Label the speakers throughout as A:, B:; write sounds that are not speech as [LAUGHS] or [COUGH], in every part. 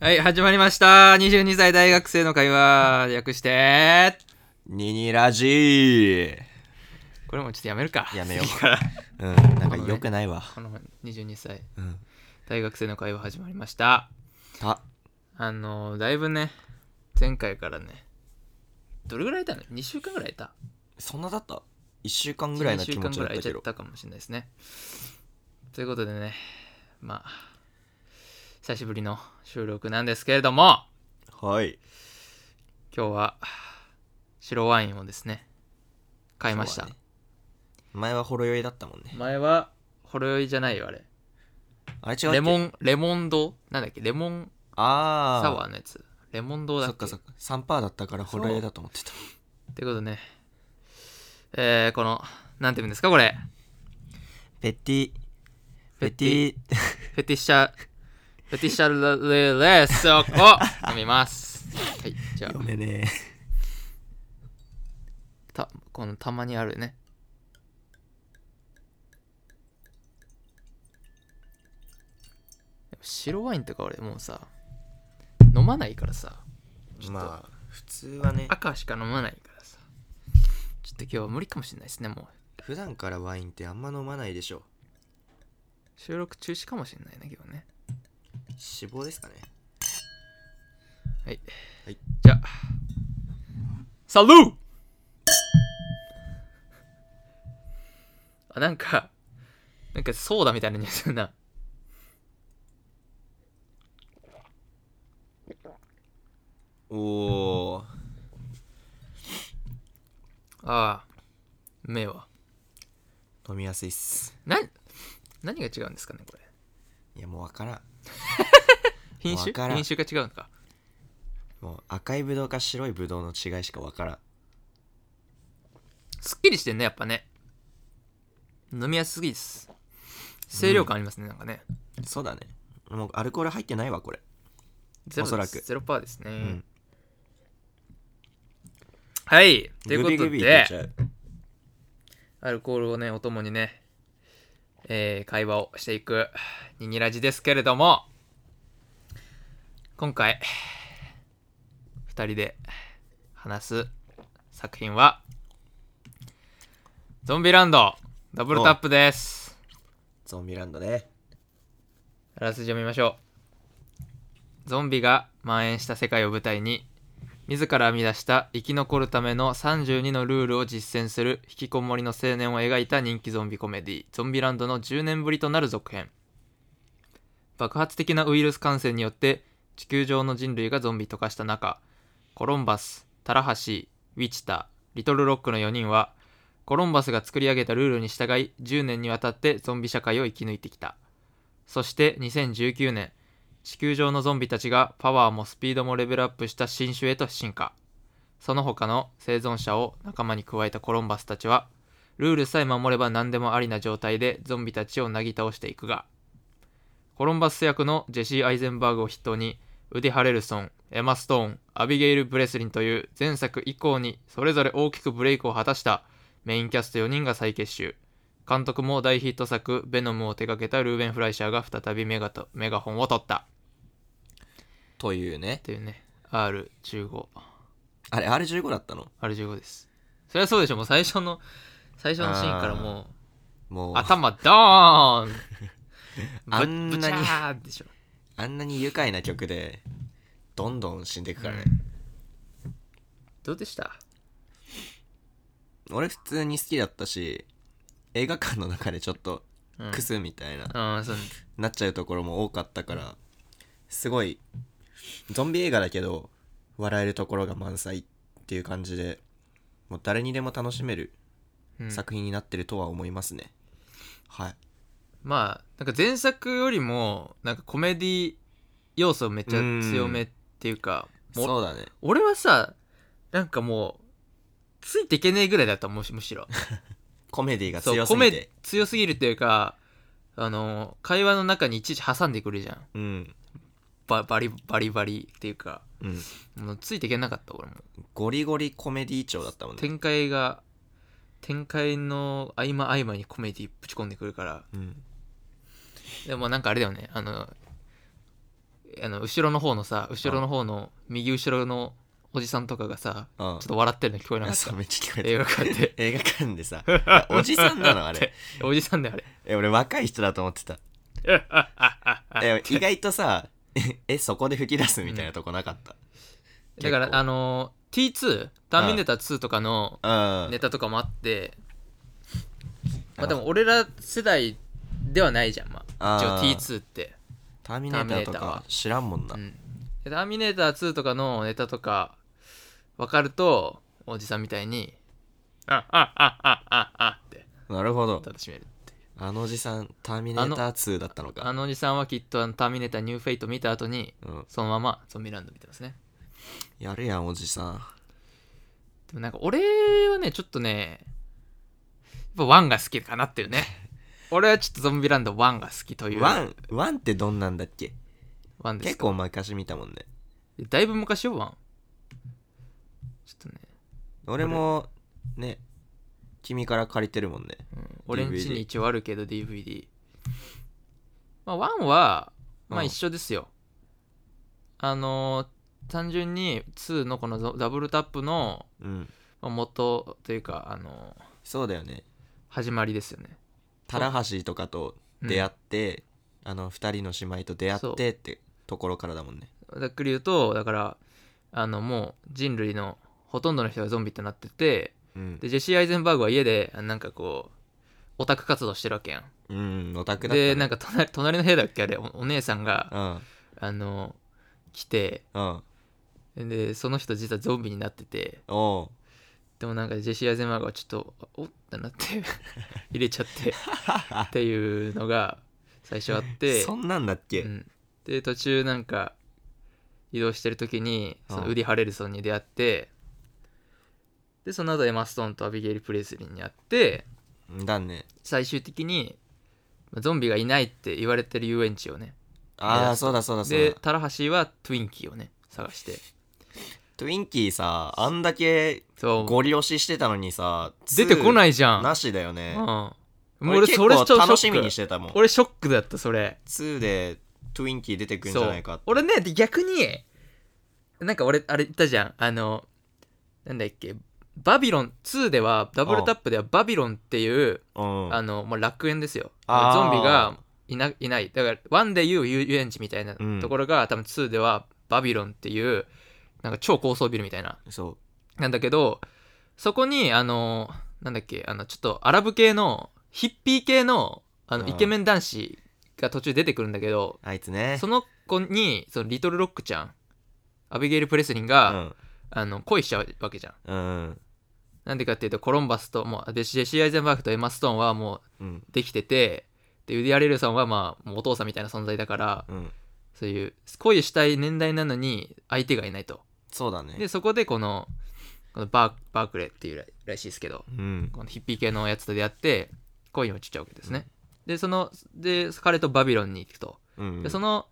A: はい、始まりました。22歳大学生の会話、略して、
B: ニニラジー
A: これもちょっとやめるか。
B: やめよう
A: 次から
B: うん、なんか良くないわ。
A: この22歳
B: うん。
A: 大学生の会話始まりました。
B: た、
A: あのー、だいぶね、前回からね、どれぐらいいたの ?2 週間ぐらいいた
B: そんなだった ?1 週間ぐらいな気持ちだ
A: 一
B: っ
A: 二週間ぐらい
B: た
A: いち
B: け
A: ゃっ
B: ど。
A: たかもしれないですね。ということでね、まあ、久しぶりの収録なんですけれども、
B: はい。
A: 今日は白ワインをですね、買いました。
B: そうだね前はほろ酔いだったもんね。
A: 前はほろ酔いじゃないよあれ
B: あれ違うっけ
A: レモ
B: ン。
A: ンレモンドなんだっけレモン
B: あー。
A: サワーのやつレモンドだ
B: そ
A: っ
B: っ
A: け
B: かそっか。3%だったからほろ酔いだと思ってた。
A: ってことねえー、このなんて言うんですかこれ
B: ペティ、
A: ペ
B: ペ
A: テ
B: テ
A: ィ
B: ィ、
A: フェティッシャフェティッシャルレレスを飲みますはいじゃあ
B: 読めね
A: たこのたまにあるね白ワインとか俺もうさ飲まないからさちょ
B: え。
A: っと
B: まあ、普通はね、
A: 赤しか飲まないからさちょっと今日は無理かもしれないですねもう
B: 普段からワインってあんま飲まないでしょ。
A: 収録中止かもしれないね今日ね
B: 脂肪ですかね。
A: はい、
B: はい、
A: じゃあサルーあなんかなんかソーダみたいな匂いするな
B: おー。
A: ああ目は
B: 飲みやすいっす。
A: なん何が違うんですかねこれ
B: いや、もうわからん。
A: 品種
B: わからん
A: 品種が違うのか
B: もう赤いブドウか白いブドウの違いしかわからん。
A: すっきりしてんねやっぱね飲みやすすぎです清涼感ありますね、なんかね
B: そうだね。もうアルコール入ってないわ、これ。
A: ゼロ
B: おそらく
A: ゼロパーですね、
B: うん。
A: はいという
B: グ
A: こ
B: ビ
A: と
B: グビいけ
A: で
B: ちゃう。
A: アルコールをねお供にね、えー会話をしていくニニラジですけれども今回2人で話す作品は「ゾンビランドダブルタップ」です
B: ゾンビランドね。
A: あらすじを見ましょうゾンビが蔓延した世界を舞台に自ら編み出した生き残るための32のルールを実践する引きこもりの青年を描いた人気ゾンビコメディゾンビランドの10年ぶりとなる続編爆発的なウイルス感染によって地球上の人類がゾンビと化した中コロンバスタラハシウィチタリトルロックの4人はコロンバスが作り上げたルールに従い10年にわたってゾンビ社会を生き抜いてきたそして2019年、地球上のゾンビたちがパワーもスピードもレベルアップした新種へと進化。その他の生存者を仲間に加えたコロンバスたちは、ルールさえ守れば何でもありな状態でゾンビたちをなぎ倒していくが、コロンバス役のジェシー・アイゼンバーグを筆頭に、ウディ・ハレルソン、エマ・ストーン、アビゲイル・ブレスリンという前作以降にそれぞれ大きくブレイクを果たしたメインキャスト4人が再結集。監督も大ヒット作「ベノム」を手掛けたルーベン・フライシャーが再びメガとメガホンを取った
B: というね
A: っ。ていうね R15R15
B: あれ、R15 だったの
A: ですそりゃそうでしょもう最初の最初のシーンからも
B: も
A: う
B: う、
A: 頭
B: [LAUGHS]
A: ドーンぶ
B: あんなに
A: ぶちゃーでしょ
B: あんなに愉快な曲で、どんどん死んでいくからね。
A: どうでした
B: 俺普通に好きだったし、映画館の中でちょっと
A: うん
B: クスみたいな、
A: あーそう
B: なっちゃうところも多かったから、すごい、ゾンビ映画だけど、笑えるところが満載っていう感じで、もう誰にでも楽しめる
A: うん
B: 作品になってるとは思いますね。はい。
A: まあなんか前作よりもなんかコメディ要素めっちゃ強めっていうかもう
B: そうだね。
A: 俺はさなんかもうついていけねえぐらいだったむしむしろ
B: コメディが
A: そう
B: 強すぎて。
A: 米強すぎるっていうかあの会話の中にいちいち挟んでくるじゃん
B: うん。
A: ババリバリバリっていうか
B: うん。
A: もうついていけなかった俺も
B: ゴリゴリコメディ調だったもんね。
A: 展開が展開の合間合間にコメディぶち込んでくるから
B: うん。
A: でもなんかあれだよねあのあの後ろの方のさ後ろの方の右後ろのおじさんとかがさち
B: うん
A: ょっと笑ってるの聞こえなかっ
B: そ
A: た
B: うめっちゃ聞こ
A: 映
B: え
A: 画館で
B: た映画館
A: [LAUGHS]
B: でさあおじさんなのあれ
A: おじさんだよあ
B: [LAUGHS]
A: れ
B: え俺若い人だと思ってたえ意外とさえそこで吹き出すみたいなとこなかった
A: だから
B: 結構
A: あのー T2 ターミネーター2とかの
B: うん
A: ネタとかもあって、ま
B: あ
A: あでも俺ら世代ではないじゃんまあ
B: あー
A: 一応 T2 って、
B: ターミネーター
A: ターミネー
B: と
A: ター
B: か
A: は
B: 知らんもんな、
A: うん、でターミネーター2とかのネタとか分かるとおじさんみたいに「ああああああ」って
B: なるほど
A: 楽しめるっていう
B: あのおじさんターミネーター2だったの
A: あ
B: か
A: のおじさんはきっとあのターミネーターニューフェイト見た後に
B: うん
A: そのままゾンビランド見てますね
B: やるやんおじさん
A: でもなんか俺はねちょっとねやっぱ1が好きかなっていう
B: [LAUGHS]
A: ね俺はちょっとゾンビランド1が好きという
B: ワンワンってどんなんだっけ
A: ワンです
B: 結構昔見たもんね
A: だいぶ昔よワンちょっとね、
B: 俺もね君から借りてるもんね
A: うん、俺ん家に一応あるけど DVD まあワンはま
B: う
A: あ
B: ん
A: 一緒ですよ、あのー単純に2のこのゾダブルタップの
B: うん
A: まあ元というかあのー
B: そうだよね
A: 始まりですよね
B: タラハシとかと出会って、あの二人の姉妹と出会
A: そう
B: ってってところからだもんね
A: ざっくり言うとだからあのもう人類のほとんどの人がゾンビってなってて
B: うん
A: でジェシー・アイゼンバーグは家でなんかこうオタク活動してるわけやん
B: うんオタクだったね
A: でなんか隣隣の部屋だっけあれおお姉さんがあの来て
B: うんうん
A: でその人実はゾンビになってて
B: おう
A: でもなんかジェシー・アイゼンバーグはちょっとあおってなって
B: [LAUGHS]
A: 入れちゃってっていうのが最初あって
B: [LAUGHS] そんなんだっけ、
A: うん、で途中なんか移動してる時にその
B: うん
A: ウディ・ハレルソンに出会ってでその後エマ・ストーンとアビゲイル・プレスリーに会って
B: だね
A: 最終的にまあゾンビがいないって言われてる遊園地をね
B: あ
A: で
B: あそうだそうだそう
A: で
B: だ
A: タラハシはトゥインキーをね探して
B: トゥインキーさあんだけ
A: そう
B: ゴリ押ししてたのにさ
A: 出てこないいじゃん
B: なしだよね、
A: うん、もう
B: 俺結構
A: ちょっとショック
B: 楽しみにしてたもん
A: 俺ショックだったそれ
B: 2でトゥインキー出てくんじゃないかって
A: 俺ねで逆になんか俺あれ言ったじゃんあのなんだっけバビロン2ではダブルタップではバビロンっていう
B: うん
A: あのもう楽園ですよゾ
B: あー
A: ンビがいないないだから1でいう遊遊園地みたいな
B: うん
A: ところが、多分2ではバビロンっていうなんか超高層ビルみたいな
B: そ
A: なんだけどそこにあのなんだっけあのちょっとアラブ系のヒッピー系のあ
B: う
A: の
B: ん
A: イケメン男子が途中出てくるんだけど
B: うあいつね
A: その子にそのリトルロックちゃんアビゲイル・プレスリン
B: う
A: が、
B: ん
A: あの恋しちゃうわけじゃん
B: うん
A: なんでかっていうとコロンバスともうジェシー・アイゼンバーグとエマ・ストーンはもう
B: うん
A: できててでウディ・アレルさんはまあもうお父さんみたいな存在だから
B: うん
A: そういう恋したい年代なのに相手がいないと
B: そうだね
A: でそこでこのこのバーバークレーっていうららしいですけど
B: うん
A: このヒッピー系のやつと出会って恋に落ちちゃうわけですね、でそので彼とバビロンに行くと
B: うん
A: でその、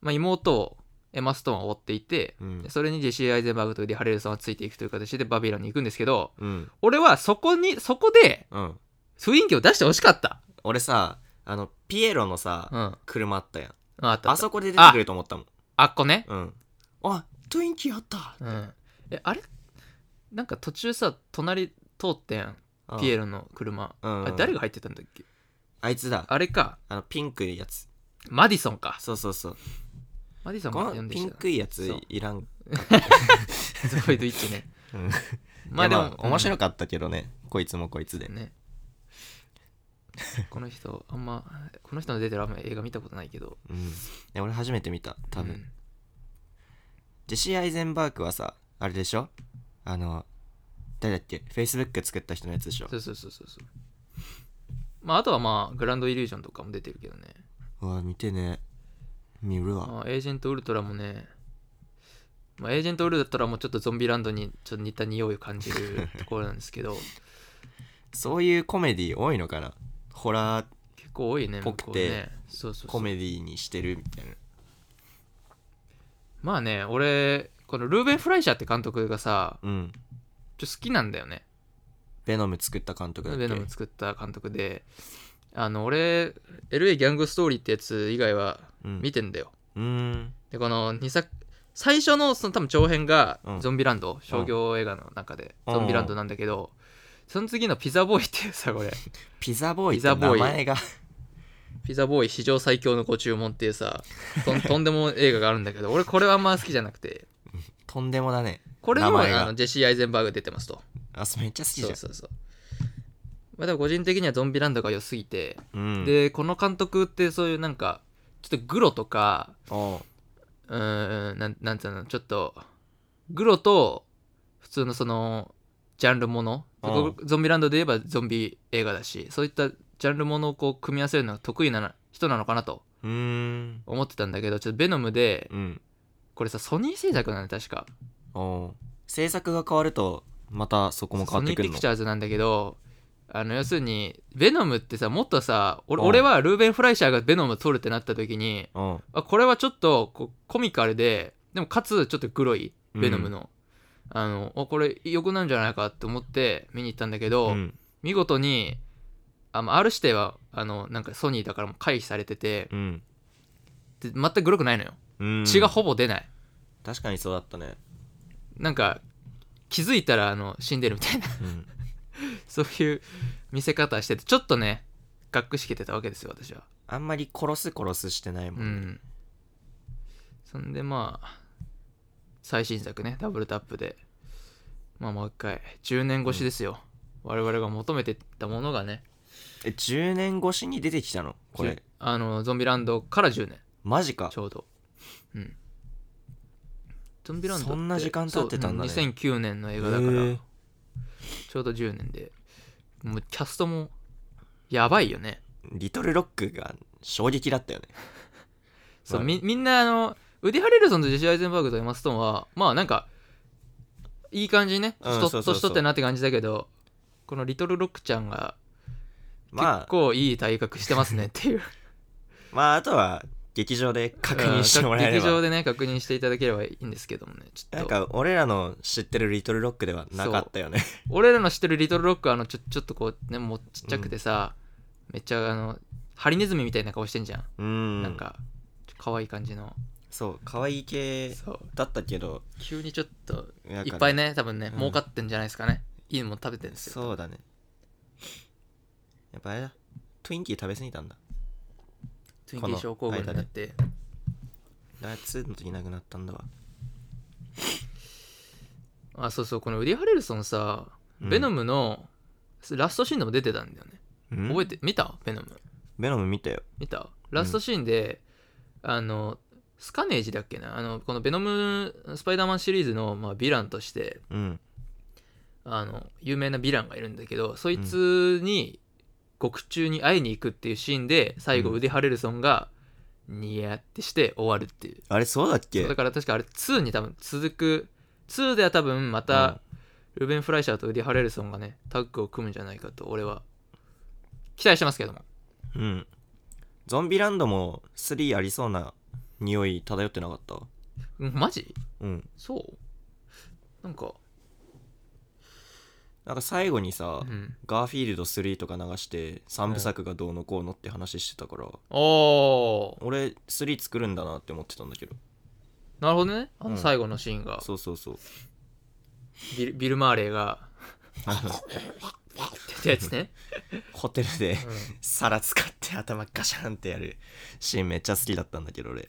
A: まあ、妹をエマ・ストーンは追っていて、
B: うん
A: でそれにジェシー・アイゼンバーグとウディ・ハレルさんはついていくという形でバビロンに行くんですけど
B: うん
A: 俺はそこにそこで
B: うん
A: 雰囲気を出してほしかった
B: 俺さあのピエロのさ
A: うんあ
B: 車あったやん
A: あったあ
B: あそこで出てくると思ったもん
A: あっこね
B: うんあトゥインキーあった
A: うんえあれなんか途中さ隣通ってんピエ
B: ロ
A: ロの車
B: うん
A: あれ誰が入ってたんだっけ
B: あいつだ
A: あれか
B: あのピンクいやつ
A: マディソンか
B: そうそうそう
A: マディソンが
B: こ
A: 呼ん
B: の
A: で
B: ピ
A: き
B: ン
A: た
B: クいやつ
A: そう
B: いらん
A: ゾイドイッチね
B: うん
A: まあ
B: い
A: で
B: や
A: も、
B: 面白
A: く
B: かったけどね、こいつもこいつで、
A: ねこの人あんまこの人の出てるあんま映画見たことないけど
B: うん、で俺初めて見た多分、
A: うん
B: ジェシー・アイゼンバーグはさあれでしょあの誰だっけ Facebook 作った人のやつでしょ
A: そうそうそうそうそうまああとはまあグランドイリュージョンとかも出てるけどね、
B: うわ見てね見るわ
A: まあ、エージェントウルトラもね、まあ、エージェントウルトラもちょっとゾンビランドにちょっと似た匂いを感じるところなんですけ
B: [LAUGHS]
A: ど
B: そういうコメディ多いのかなホラー
A: 結構多いね
B: ぽ
A: 向
B: くて
A: こうねそうそうそ
B: コ
A: う
B: メディにしてるみたいな
A: まあね俺このルーベン・フライシャーって監督がさ
B: うん
A: ちょっと好きなんだよね
B: ベノム作った監督だっけ
A: ベノム作った監督であの俺 LA ギャングストーリーってやつ以外は
B: うん
A: 見てんだよ、
B: うーん
A: でこの2作最初のその多分長編が
B: う
A: 「
B: ん
A: ゾンビランド」商業映画の中で「
B: うん
A: ゾンビランド」なんだけど、その次の「ピザボーイ」っていうさこ
B: [LAUGHS]
A: れ
B: ピザボーイっ
A: ピザ
B: て
A: ボー
B: 名
A: イ
B: 前が [LAUGHS]
A: 「ピザボーイ史上最強のご注文」っていうさ
B: [LAUGHS]
A: とんとんでも映画があるんだけど俺これはあんま好きじゃなくて
B: とんでもだね
A: これにも
B: 名前が
A: あのジェシー・アイゼンバーグ出てますと
B: あそれめっちゃ好きじゃ
A: そ
B: ん
A: うそうそうまあでも個人的にはゾンビランドが良すぎて、
B: うん、
A: でこの監督ってそういうなんかちょっとグロとか
B: おう
A: うーんなんなんつうのちょっとグロと普通のそのジャンルもの
B: うん
A: ゾンビランドで言えばゾンビ映画だしそういったジャンルものをこう組み合わせるのが得意な人なのかなと
B: うーん
A: 思ってたんだけどちょっとベノムで
B: うん
A: これさソニー制作なんだよ確か
B: おう制作が変わるとまたそこも変
A: ソ
B: わっ
A: ニ
B: て
A: ーピ
B: くる
A: ク
B: の
A: チャーズなんだけどあの要するにベノムってさもっとさ俺
B: うん
A: 俺はルーベン・フライシャーがベノムを撮るってなった時に
B: おう
A: あこれはちょっとこうコミカルででもかつちょっと黒いベノムの、あのおこれ良くなるんじゃないかって思って見に行ったんだけど、
B: うん
A: 見事にあまあ R 指定はあのなんかソニーだからもう回避されてて
B: うん、
A: で全く黒くないのよ
B: うん、
A: 血がほぼ出ない、
B: 確かにそうだったね、
A: なんか気づいたらあの死んでるみたいな [LAUGHS]
B: うん、
A: そういう見せ方しててちょっとねがっくしけてたわけですよ私は
B: あんまり殺す殺すしてないも、
A: うんんそんでまあ最新作ねダブルタップでまあもう一回10年越しですよ、我々が求めてたものがね
B: え10年越しに出てきたのこ
A: じゅ
B: れ
A: あのゾンビランドから10年
B: マジか
A: ちょうどうんゾンビランド
B: そんな時間経ってたんだね
A: そうう2009年の映画だか
B: へ
A: ら
B: ー
A: ちょうど10年でもうキャストもやばいよね
B: リトルロックが衝撃だったよね
A: [LAUGHS] そう、
B: まあ
A: みみんなあのウディ・ハレルソンとジェシー・アイゼンバーグとエマ・ストーンはまあなんかいい感じにね
B: う
A: 年
B: んそ
A: 取
B: うそうそう
A: 年取ってなって感じだけどこのリトル・ロックちゃんが結
B: まあ
A: 構いい体格してますねっていう
B: まああとは劇場で [LAUGHS] 確認してもらえれ
A: 劇場
B: ば
A: でね確認していただければいいんですけどもねちょ
B: な
A: っ
B: ん
A: と
B: か俺らの知ってるリトルロックではなかったよね
A: 俺らの知ってるリトル・ロックはあのちょちょっとこうねもうちっちゃくてさ、めっちゃあのハリネズミみたいな顔してんじゃん、
B: [LAUGHS] うん
A: なんか可愛い感じの
B: そう可愛い系
A: そう
B: だったけど
A: 急にちょっと
B: なんかね
A: いっぱいね多分ね、
B: うん
A: 儲かってんじゃないですかねいいもん食べてるんですよ
B: そうだねやっぱあれだトゥインキー食べ過ぎたんだ
A: ツインキー症候群になって、
B: だから2の時なくなったんだわ
A: あそうそうこのウディ・ハレルソンさ、
B: うん
A: ベノムのラストシーンでも出てたんだよね覚え
B: て
A: て見たベノム
B: ベノム見たよ
A: 見たラストシーンで、あのスカネージだっけなあのこのベノムスパイダーマンシリーズの、まあ、ヴィランとして
B: うん
A: あの有名なヴィランがいるんだけどそいつに獄中に会いに行くっていうシーンで最後
B: うん
A: ウディ・ハレルソンがニヤってして終わるっていう
B: あれそうだっけ
A: そうだから確かあれ2に多分続く2では多分またルベン・フライシャーとウディ・ハレルソンがねタッグを組むんじゃないかと俺は期待してますけども
B: うん。ゾンビランドも3ありそうな匂い漂ってなかった
A: うんマジ
B: うん。
A: そうなんか、
B: なんか最後にさ、
A: うん、
B: ガーフィールド3とか流して3部作がどうのこうのって話してたから、
A: おー
B: 俺3作るんだなって思ってたんだけど。
A: なるほどねあ
B: うん
A: の最後のシーンが、
B: そうそうそう。
A: ビルビル・マーレーが
B: あの
A: ってやつね、
B: ホテルで
A: うん
B: 皿使って頭ガシャンってやるシーンめっちゃ好きだったんだけど俺。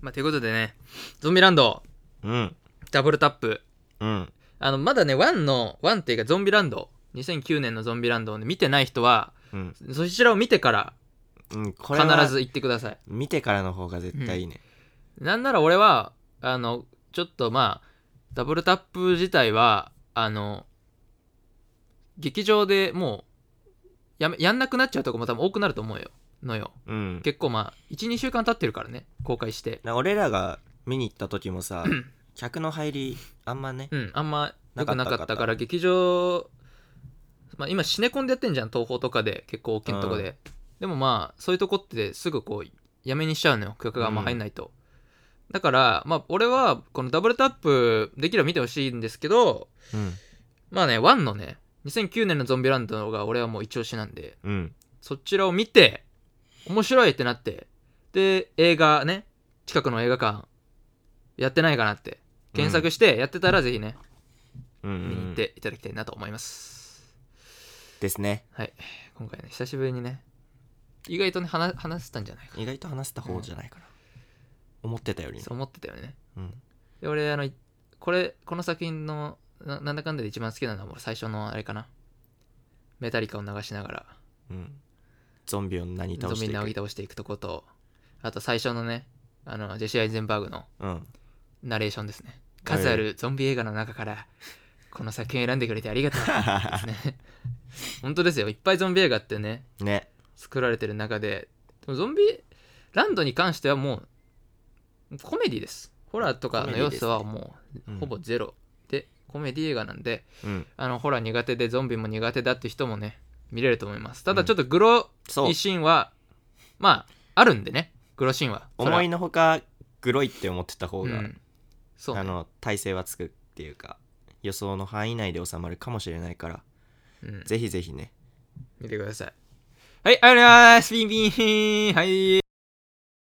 A: まあ、ということでねゾンビランド
B: うん。
A: ダブルタップ
B: うん。
A: あのまだね1の1っていうかゾンビランド2009年のゾンビランドを、ね、見てない人は
B: うん。
A: そちらを見てから
B: うん、これは
A: 必ず行ってください
B: 見てからの方が絶対いいね。
A: なんなら俺はあのちょっとまあダブルタップ自体はあの劇場でもうやめやんなくなっちゃうとこも多分多くなると思うよのよ
B: うん。
A: 結構まあ12週間経ってるからね公開して
B: な俺らが見に行った時もさ客の入りあんまね
A: うんあんま良くなか
B: なか
A: っ
B: った
A: た
B: か
A: から劇場、まあ、今シネコンでやってんじゃん東宝とかで結構大きなとこで、でもまあそういうとこってすぐこうやめにしちゃうのよ曲があんま入んないと、だからまあ俺はこのダブルタップできれば見てほしいんですけど
B: うん
A: まあね1のね2009年のゾンビランドが俺はもう一押しなんで
B: うん
A: そちらを見て面白いってなってで映画ね近くの映画館やってないかなって検索してやってたらぜひね、
B: うんうん
A: 見に行っていただきたいなと思います、
B: ですね
A: はい今回ね久しぶりにね意外とね話話せたんじゃないか
B: 意外と話せた方じゃないかな、思ってたよりね
A: そう思ってたよね
B: うん
A: で俺あのいこれこの作品のななんだかんだで一番好きなのはもう最初のあれかなメタリカを流しながら
B: うんゾンビを何
A: ゾ
B: 倒
A: ン
B: し
A: ビ
B: てい
A: に
B: く
A: ぎ倒していくとことあと最初のねあのジェシー・アイゼンバーグの
B: うん
A: ナレーションですね数あるゾンビ映画の中からこの作品を選んでくれてありがと
B: [LAUGHS]
A: うですね本当ですよいっぱいゾンビ映画ってね
B: [LAUGHS] ね
A: 作られてる中ででもゾンビランドに関してはもうコメディですホラーとかの要素はも
B: う
A: うんほぼゼロでコメディ映画なんで
B: うん
A: あのホラー苦手でゾンビも苦手だって人もね見れると思いますただちょっとグロ
B: そう
A: いシーンはまああるんでねグロシーンは
B: 思いのほかグロいって思ってた方
A: それ
B: が、
A: はうんそう
B: あ
A: ね
B: の体勢はつくっていうか予想の範囲内で収まるかもしれないから
A: うん
B: ぜひぜひね
A: 見てくださいはいありがとうございますピンピンはい